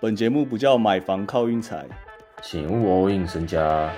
本节目不叫买房靠运财，请勿 all in 身家。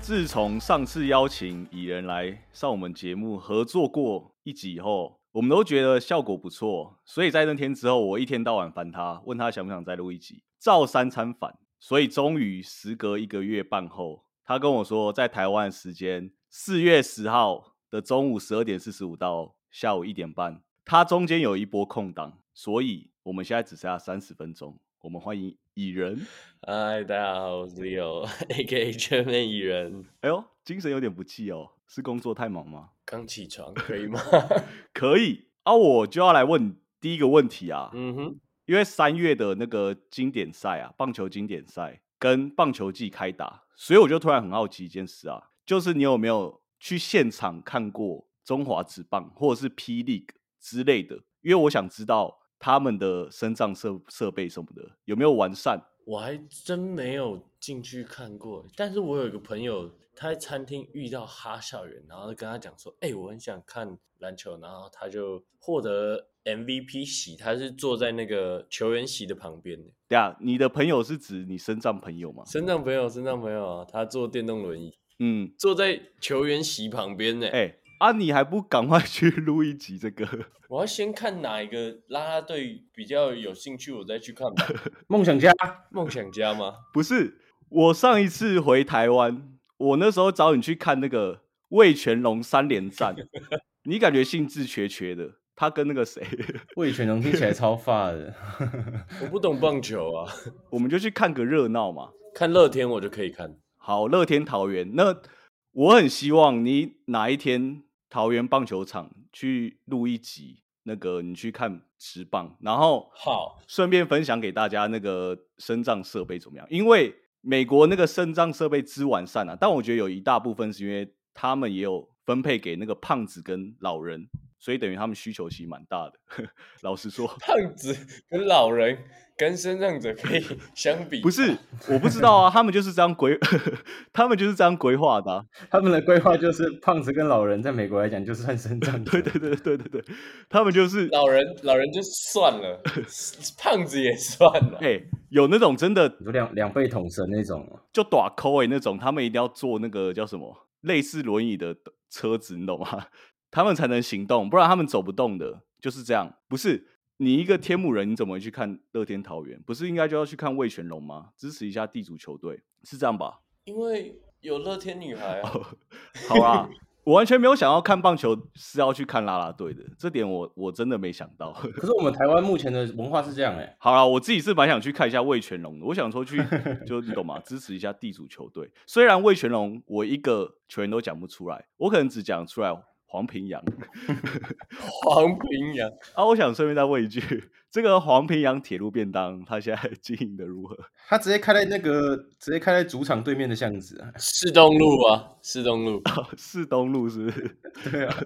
自从上次邀请蚁人来上我们节目合作过一集以后，我们都觉得效果不错，所以在那天之后，我一天到晚烦他，问他想不想再录一集，照三餐烦。所以终于时隔一个月半后，他跟我说，在台湾时间四月十号的中午十二点四十五到下午一点半，他中间有一波空档，所以我们现在只剩下三十分钟。我们欢迎蚁人。嗨，大家好，我是 Leo，A.K.A. 全面蚁人。哎呦，精神有点不济哦，是工作太忙吗？刚起床，可以吗？可以啊，我就要来问第一个问题啊， 嗯哼，因为三月的那个经典赛啊，棒球经典赛跟棒球季开打，所以我就突然很好奇一件事啊，就是你有没有去现场看过中华职棒或者是 P League 之类的？因为我想知道他们的身障设设备什么的有没有完善。我还真没有进去看过，但是我有一个朋友，他在餐厅遇到哈校园，然后跟他讲说：“哎、我很想看篮球。”然后他就获得 MVP 席，他是坐在那个球员席的旁边的。对啊，你的朋友是指你身障朋友吗？身障朋友，身障朋友啊，他坐电动轮椅，嗯，坐在球员席旁边呢。哎、啊，你还不赶快去录一集这个？我要先看哪一个啦啦队比较有兴趣，我再去看 吧。梦想家，梦想家吗？不是，我上一次回台湾，我那时候找你去看那个魏全龙三连战，你感觉兴致缺缺的。他跟那个谁， 魏全龙听起来超发的。我不懂棒球啊。我们就去看个热闹嘛。看乐天我就可以看。好，乐天桃园，那我很希望你哪一天桃园棒球场去录一集，那个你去看直棒，然后好，顺便分享给大家那个升障设备怎么样？因为美国那个升障设备之完善啊，但我觉得有一大部分是因为他们也有分配给那个胖子跟老人，所以等于他们需求其实蛮大的。 老实说，胖子跟老人跟身障者可以相比，不是，我不知道啊，他们就是这样规， 他们就是这样规划的啊、 他们的规划就是胖子跟老人，在美国来讲就算身障者。对对对对对对，他们就是老人老人就算 了，胖子也算了哎、。有那种真的你说两两倍统神那种哦，就短抠哎那种，他们一定要坐那个叫什么类似轮椅的车子，你懂吗？ 他们才能行动，不然他们走不动的，就是这样。不是你一个天母人，你怎么会去看乐天桃园？不是应该就要去看魏全龙吗？支持一下地主球队，是这样吧？因为有乐天女孩哦啊，好啦，我完全没有想要看棒球是要去看啦啦队的，这点我我真的没想到。可是我们台湾目前的文化是这样哎、好啦，我自己是蛮想去看一下魏全龙的。我想说 去，就你懂吗？支持一下地主球队。虽然魏全龙我一个球员都讲不出来，我可能只讲出来黄平阳黄平阳啊。我想顺便再问一句，这个黄平阳铁路便当，他现在 经营的如何？他直接开在那个直接开在主场对面的巷子啊。市东路啊，市东路哦市东路是不是？ 对啊，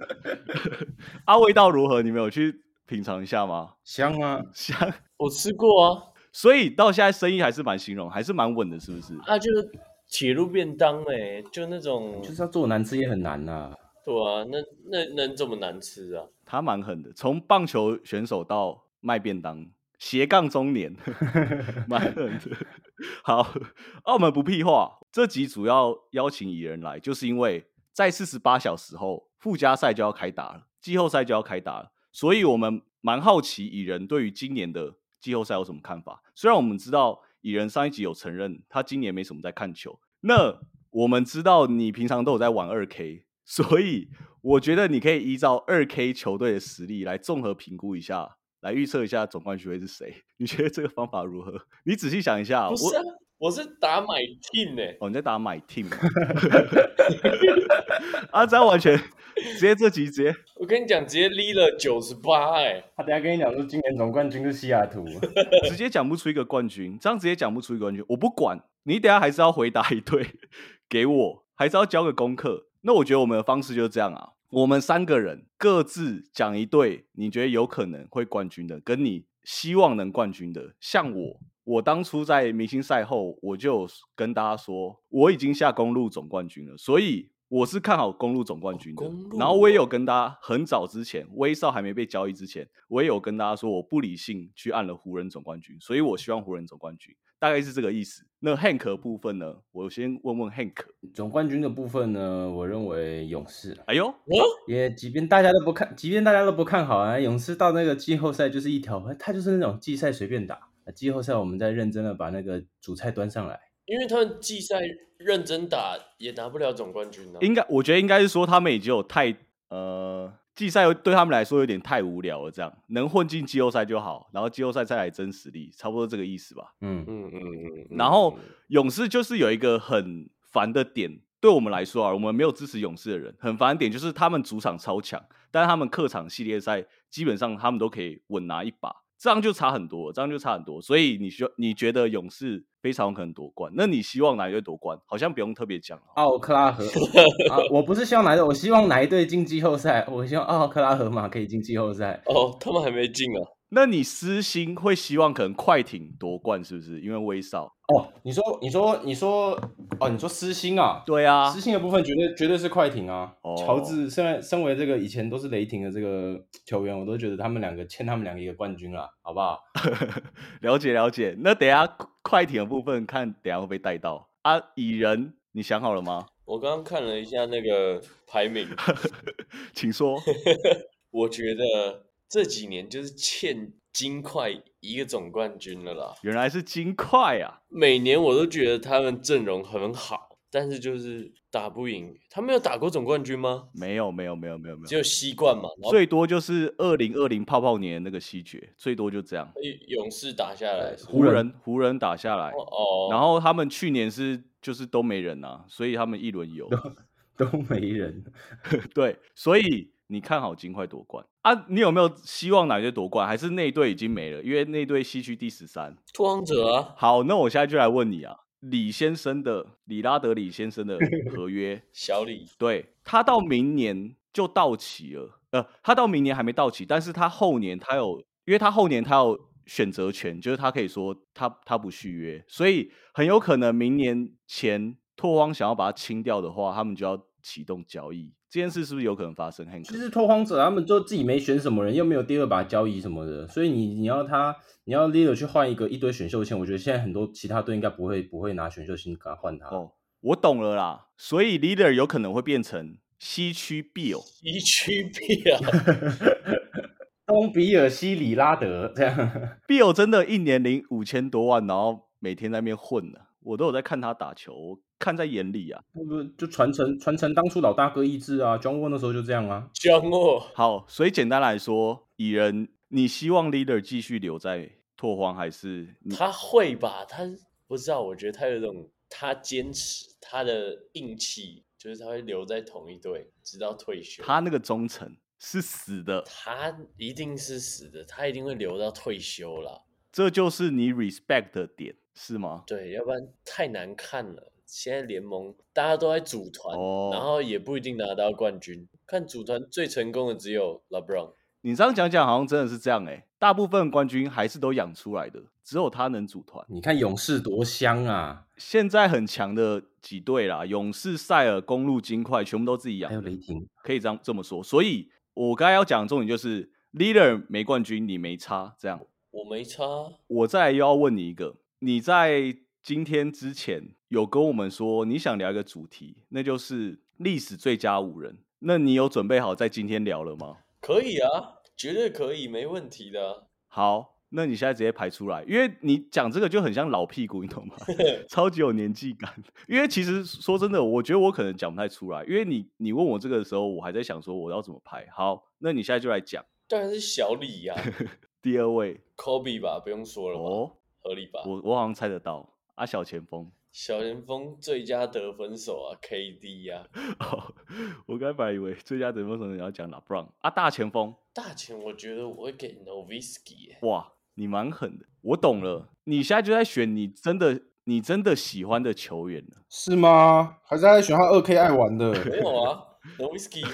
啊，味道如何？你们有去品尝一下吗？ 香啊！香。我吃过啊，所以到现在生意还是蛮形容，还是蛮稳的，是不是？啊就是铁路便当哎、就那种就是要做难吃也很难呐、对啊，那那能怎么难吃啊？他蛮狠的，从棒球选手到卖便当，斜杠中年， 蛮狠的。 好， 澳门不屁话，这集主要邀请蚁人来，就是因为在四十八小时后，附加赛就要开打了，季后赛就要开打了，所以我们蛮好奇蚁人对于今年的季后赛有什么看法。虽然我们知道蚁人上一集有承认他今年没什么在看球，那我们知道你平常都有在玩二 K，所以我觉得你可以依照二 K 球队的实力来综合评估一下，来预测一下总冠军会是谁。你觉得这个方法如何？你仔细想一下，不我是、啊，我是打买 team 哎、哦你在 打买 team，嘛啊，这样完全直接这集直接我跟你讲，直接立了九十八哎，他等下跟你讲说，今年总冠军是西雅图，直接讲不出一个冠军，这样直接讲不出一个冠军，我不管你，等一下还是要回答一对给我，还是要交个功课。那我觉得我们的方式就是这样啊，我们三个人各自讲一对你觉得有可能会冠军的，跟你希望能冠军的。像我，我当初在明星赛后，我就有跟大家说我已经下公路总冠军了，所以我是看好公路总冠军的。公路然后我也有哦跟大家很早之前，威少还没被交易之前，我也有跟大家说我不理性去按了湖人总冠军，所以我希望湖人总冠军，大概是这个意思。那 Hank 的部分呢，我先问问 Hank。 总冠军的部分呢，我认为勇士，啊哎呦，也即便大家都不看，即便大家都不看好啊，勇士到那个季后赛就是一条，他就是那种季赛随便打，啊季后赛我们再认真的把那个主菜端上来。因为他们季赛认真打也拿不了总冠军啊呢、应该我觉得应该是说他们已经有太呃季赛有对他们来说有点太无聊了，这样能混进季后赛就好，然后季后赛再来争实力，差不多这个意思吧。嗯，嗯嗯嗯嗯然后嗯勇士就是有一个很烦的点，对我们来说啊，我们没有支持勇士的人，很烦的点就是他们主场超强，但是他们客场系列赛基本上他们都可以稳拿一把，这样就差很多了，这样就差很多。所以你说你觉得勇士非常有可能夺冠，那你希望哪一队夺冠？好像不用特别讲了。哦奥克拉荷啊，我不是希望哪一队，我希望哪一队进季后赛，我希望奥克拉荷马可以进季后赛。哦，他们还没进啊，那你私心会希望可能快艇夺冠是不是？因为威少。哦，你说，你说，你说，哦，你说私心啊？对啊私，信的部分绝对绝对是快艇啊！哦乔治虽然身为这个以前都是雷霆的这个球员，我都觉得他们两个欠他们两个一个冠军啦，好不好？ 了解了解。那等一下快艇的部分看等一下会不会带到啊？蚁人，你想好了吗？我刚刚看了一下那个排名，请说。我觉得这几年就是欠金块一个总冠军了啦。原来是金块啊！每年我都觉得他们阵容很好，但是就是打不赢。他们有打过总冠军吗？没有没有没有没有没只有，有西冠嘛，然后最多就是二零二零泡泡年那个西决，最多就这样。被勇士打下来。是不是湖湖人人湖人打下来，哦，然后他们去年是就是都没人啊，所以他们一轮游。都没人，对，所以你看好金块夺冠啊？你有没有希望哪队夺冠？还是那队已经没了？因为那队西区第十三。拓荒者啊，好，那我现在就来问你啊，李先生的里拉德里先生的合约，小李对他到明年就到期了，呃，他到明年还没到期，但是他后年他有，因为他后年他有选择权，就是他可以说他他不续约，所以很有可能明年前拓荒想要把他清掉的话，他们就要启动交易，这件事是不是有可能发生？Hank，其实拓荒者他们就自己没选什么人，又没有第二把交易什么的，所以你你要他你要 leader 去换一个一堆选秀签，我觉得现在很多其他队应该不会不会拿选秀签给他换他。哦，我懂了啦，所以 leader 有可能会变成西区 Bill，西区 B 啊， 东比尔西里拉德这样， Bill 真的一年领五千多万，然后每天在那边混呢、我都有在看他打球，我看在眼里啊。那不就传承传承当初老大哥意志啊？John Wall 那时候就这样啊。江沃好，所以简单来说，蚁人，你希望 Leader 继续留在拓荒，还是你他会吧？他不知道，我觉得他有一种他坚持他的硬气，就是他会留在同一队直到退休。他那个忠诚是死的？他一定是死的，他一定会留到退休啦。这就是你 respect 的点，是吗？对，要不然太难看了。现在联盟大家都在组团，哦然后也不一定拿到冠军。看组团最成功的只有 LeBron，你这样讲讲，好像真的是这样哎、大部分冠军还是都养出来的，只有他能组团。你看勇士多香啊，现在很强的几队啦，勇士、塞尔、公路、金块，全部都自己养还有的雷霆。可以这样这么说。所以我刚才要讲的重点就是，leader 没冠军你没差，这样。我没差啊，我再来又要问你一个，你在今天之前有跟我们说你想聊一个主题，那就是历史最佳五人。那你有准备好在今天聊了吗？可以啊，绝对可以，没问题的啊。好，那你现在直接排出来，因为你讲这个就很像老屁股，你懂吗？ 超级有年纪感。因为其实说真的，我觉得我可能讲不太出来，因为你你问我这个的时候，我还在想说我要怎么排。好，那你现在就来讲当然是小李呀、 第二位 k o b e 吧，不用说了吧，哦，合理吧？我我好像猜得到啊，小前锋。小前锋最佳得分手啊，KD 呀、哦， 我刚才本来以为最佳得分手你要讲 LeBron 啊，大前锋，大前我觉得我会给 Novisky，、耶哇，你蛮狠的，我懂了，你现在就在选你真的你真的喜欢的球员了，是吗？还是他在选他二 K 爱玩的？ 没有啊，Novisky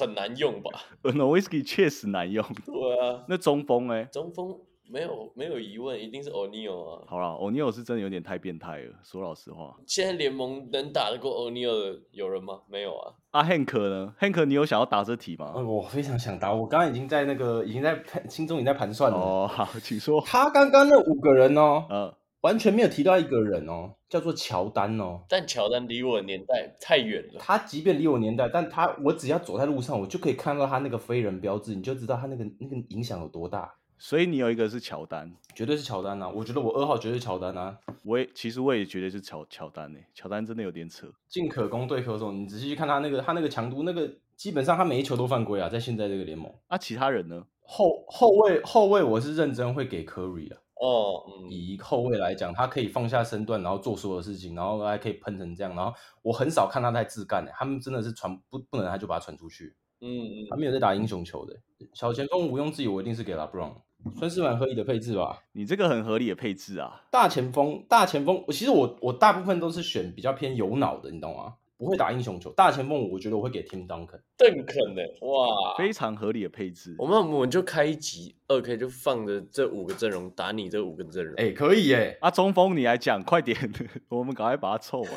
很难用吧？呃 n o w i s k y 确实难用。对啊，那中锋哎，中锋没有没有疑问，一定是 O'Neal 啊。好啦，欧尼尔是真的有点太变态了，说老实话。现在联盟能打得过 O'Neal 的有人吗？没有啊。啊，Hank 呢？Hank，你有想要打这题吗？呃，我非常想答，我刚刚已经在那个已经在盘心中已经在盘算了。哦，好，请说。他刚刚那五个人哦，呃，完全没有提到一个人哦，叫做乔丹哦。但乔丹离我的年代太远了，他即便离我年代，但他我只要走在路上，我就可以看到他那个飞人标志，你就知道他那个那个影响有多大。所以你有一个是乔丹，绝对是乔丹啊！我觉得我二号绝对是乔丹啊，我也其实我也觉得是乔乔丹呢、乔丹真的有点扯。进可攻，退可守。你仔细去看他那个他那个强度，那个基本上他每一球都犯规啊，在现在这个联盟。啊，其他人呢？后后卫后卫，我是认真会给 Curry 啊。哦，嗯，以后卫来讲，他可以放下身段，然后做所有事情，然后还可以喷成这样，然后我很少看他在自干的、欸他们真的是传不不能他就把他传出去，嗯嗯，他没有在打英雄球的、小前锋毋庸置疑，我一定是给 LeBron，算是蛮合理的配置吧。你这个很合理的配置啊。大前锋，大前锋，我其实我我大部分都是选比较偏有脑的，你懂吗？不会打英雄球，大前锋我觉得我会给 Tim Duncan，邓肯呢？哇，非常合理的配置，我们我们就开一集二 K 就放着这五个阵容打你这五个阵容，哎、可以耶、啊，中锋你来讲，快点， 我们赶快把它凑完。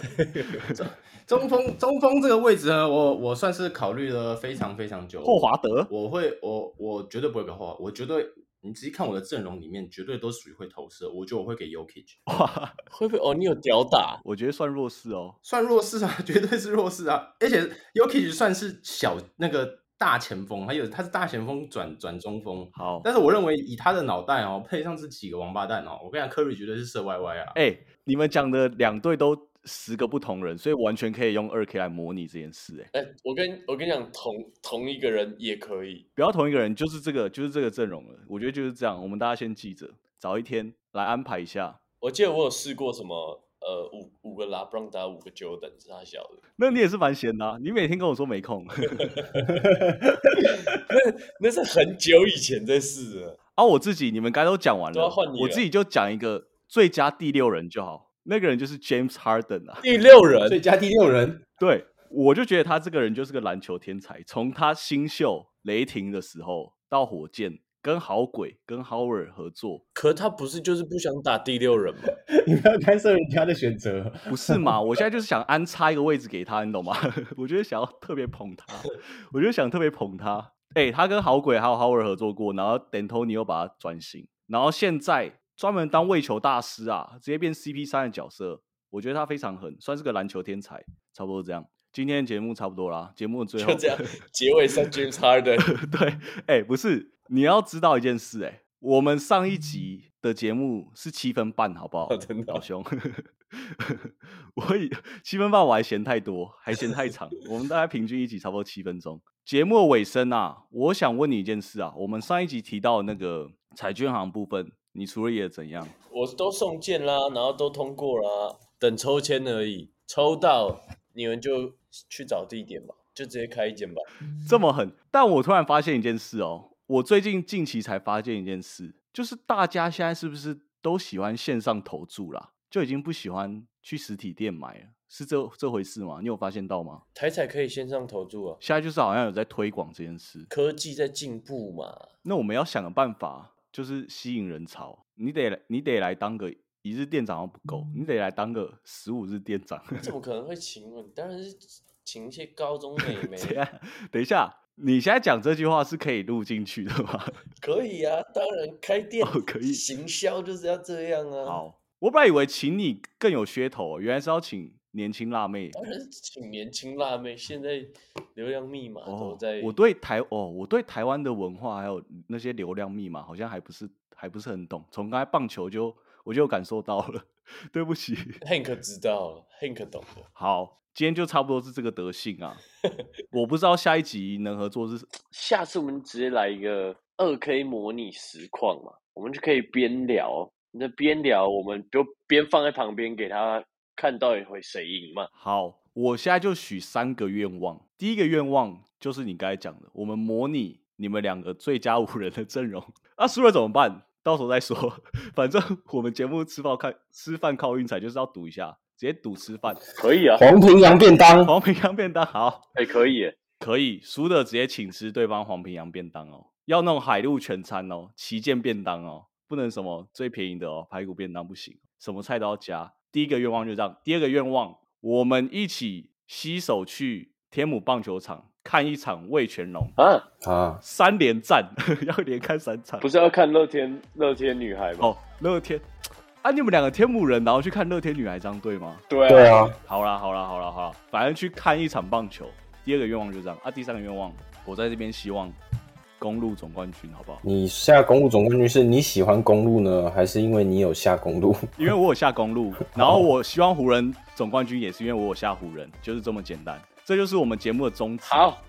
中锋中锋这个位置呢，我我算是考虑了非常非常久，霍华德，我会，我我绝对不会给后，我绝对，你仔细看我的阵容里面，绝对都属于会投射。我觉得我会给 Yokich，哇，会不会 O'Neal 屌打？我觉得算弱势哦。算弱势啊， 绝对是弱势啊。而且 Yokich 算是小那个大前锋，还有他是大前锋转转中锋，好，但是我认为以他的脑袋哦，配上这几个王八蛋哦，我跟你讲，科瑞绝对是射歪歪啊。哎、你们讲的两队都十个不同人，所以完全可以用二 K 来模拟这件事、哎，哎，我跟我跟你讲，同同一个人也可以，不要同一个人，就是这个，就是这个阵容了。我觉得就是这样，我们大家先记着，找一天来安排一下。我记得我有试过什么。呃，五五个拉布朗打五个 Jordan 是他小的，那你也是蛮闲的、啊，你每天跟我说没 空那是很久以前的事了。啊，我自己你们该都讲完对了，啊换你我了自己就讲一个最佳第六人就好，那个人就是 James Harden 啊，第六人，最佳第六人，对我就觉得他这个人就是个篮球天才，从他新秀雷霆的时候到火箭。跟好鬼跟 Howard 合作，可他不是就是不想打第六人吗？你不要干涉人家的选择。不是嘛？我现在就是想安插一个位置给他，你懂吗？ 我就是想要特别捧他，我就想特别捧他。哎、他跟好鬼还有 Howard 合作过，然后 d a n t o n 又把他转型，然后现在专门当喂球大师啊，直接变 CP 三的角色。我觉得他非常狠，算是个篮球天才，差不多这样。今天的节目差不多啦，节目的最后就这样，结尾上 James Harden， 对，哎、不是，你要知道一件事、哎，我们上一集的节目是七分半，好不好？真的哦老兄， 我以七分半我还嫌太多，还嫌太长。我们大概平均一集差不多七分钟。节目的尾声啊，我想问你一件事啊，我们上一集提到那个彩券行部分，你除了也怎样？我都送件啦，然后都通过啦，等抽签而已，抽到你们就去找地点吧，就直接开一间吧。这么狠。但我突然发现一件事哦，我最近近期才发现一件事，就是大家现在是不是都喜欢线上投注啦？就已经不喜欢去实体店买了，是这这回事吗？你有发现到吗？台彩可以线上投注啊，现在就是好像有在推广这件事。科技在进步嘛，那我们要想个办法，就是吸引人潮。你得来你得来当个一日店长好像不够，你得来当个十五日店长。，怎么可能会请我？当然是请一些高中美眉 等一下，你现在讲这句话是可以录进去的吗？可以啊，当然开店、哦可以行销就是要这样啊。，好，我本来以为请你更有噱头哦，原来是要请年轻辣妹。当然是请年轻辣妹，现在流量密码都哦在，我对台哦，我对台湾的文化还有那些流量密码好像还不是还不是很懂。从刚才棒球就我就有感受到了， 对不起。 Hank 知道了，Hank 懂的。好，今天就差不多是这个德性啊。我不知道下一集能合作是下次我们直接来一个二 K 模拟实况嘛，我们就可以边聊，那边聊我们就边放在旁边给他看到底会谁赢嘛。好。我现在就许三个愿望，第一个愿望就是你刚才讲的，我们模拟你们两个最佳五人的阵容。啊，输了怎么办？到时候再说。反正我们节目吃饭看吃饭靠运彩就是要赌一下，直接赌吃饭。可以啊，黄平洋便当，黄平洋便当好，哎、可以耶，可以输的直接请吃对方黄平洋便当哦，要弄海陆全餐哦，旗舰便当哦，不能什么最便宜的哦，排骨便当不行，什么菜都要加。第一个愿望就这样，第二个愿望，我们一起携手去天母棒球场看一场魏全龙啊，啊，三连战， 要连看三场。不是要看乐天乐天女孩吗？哦，乐天啊，你们两个天母人，然后去看乐天女孩这样对吗？对啊，对啊，好啦，好啦，好啦，好啦，反正去看一场棒球。第二个愿望就这样啊，第三个愿望，我在这边希望公路总冠军，好 不好？你下公路总冠军是你喜欢公路呢，还是因为你有下公路？因为我有下公路，然后我希望湖人总冠军也是因为我有下湖人，就是这么简单。这就是我们节目的宗旨。好，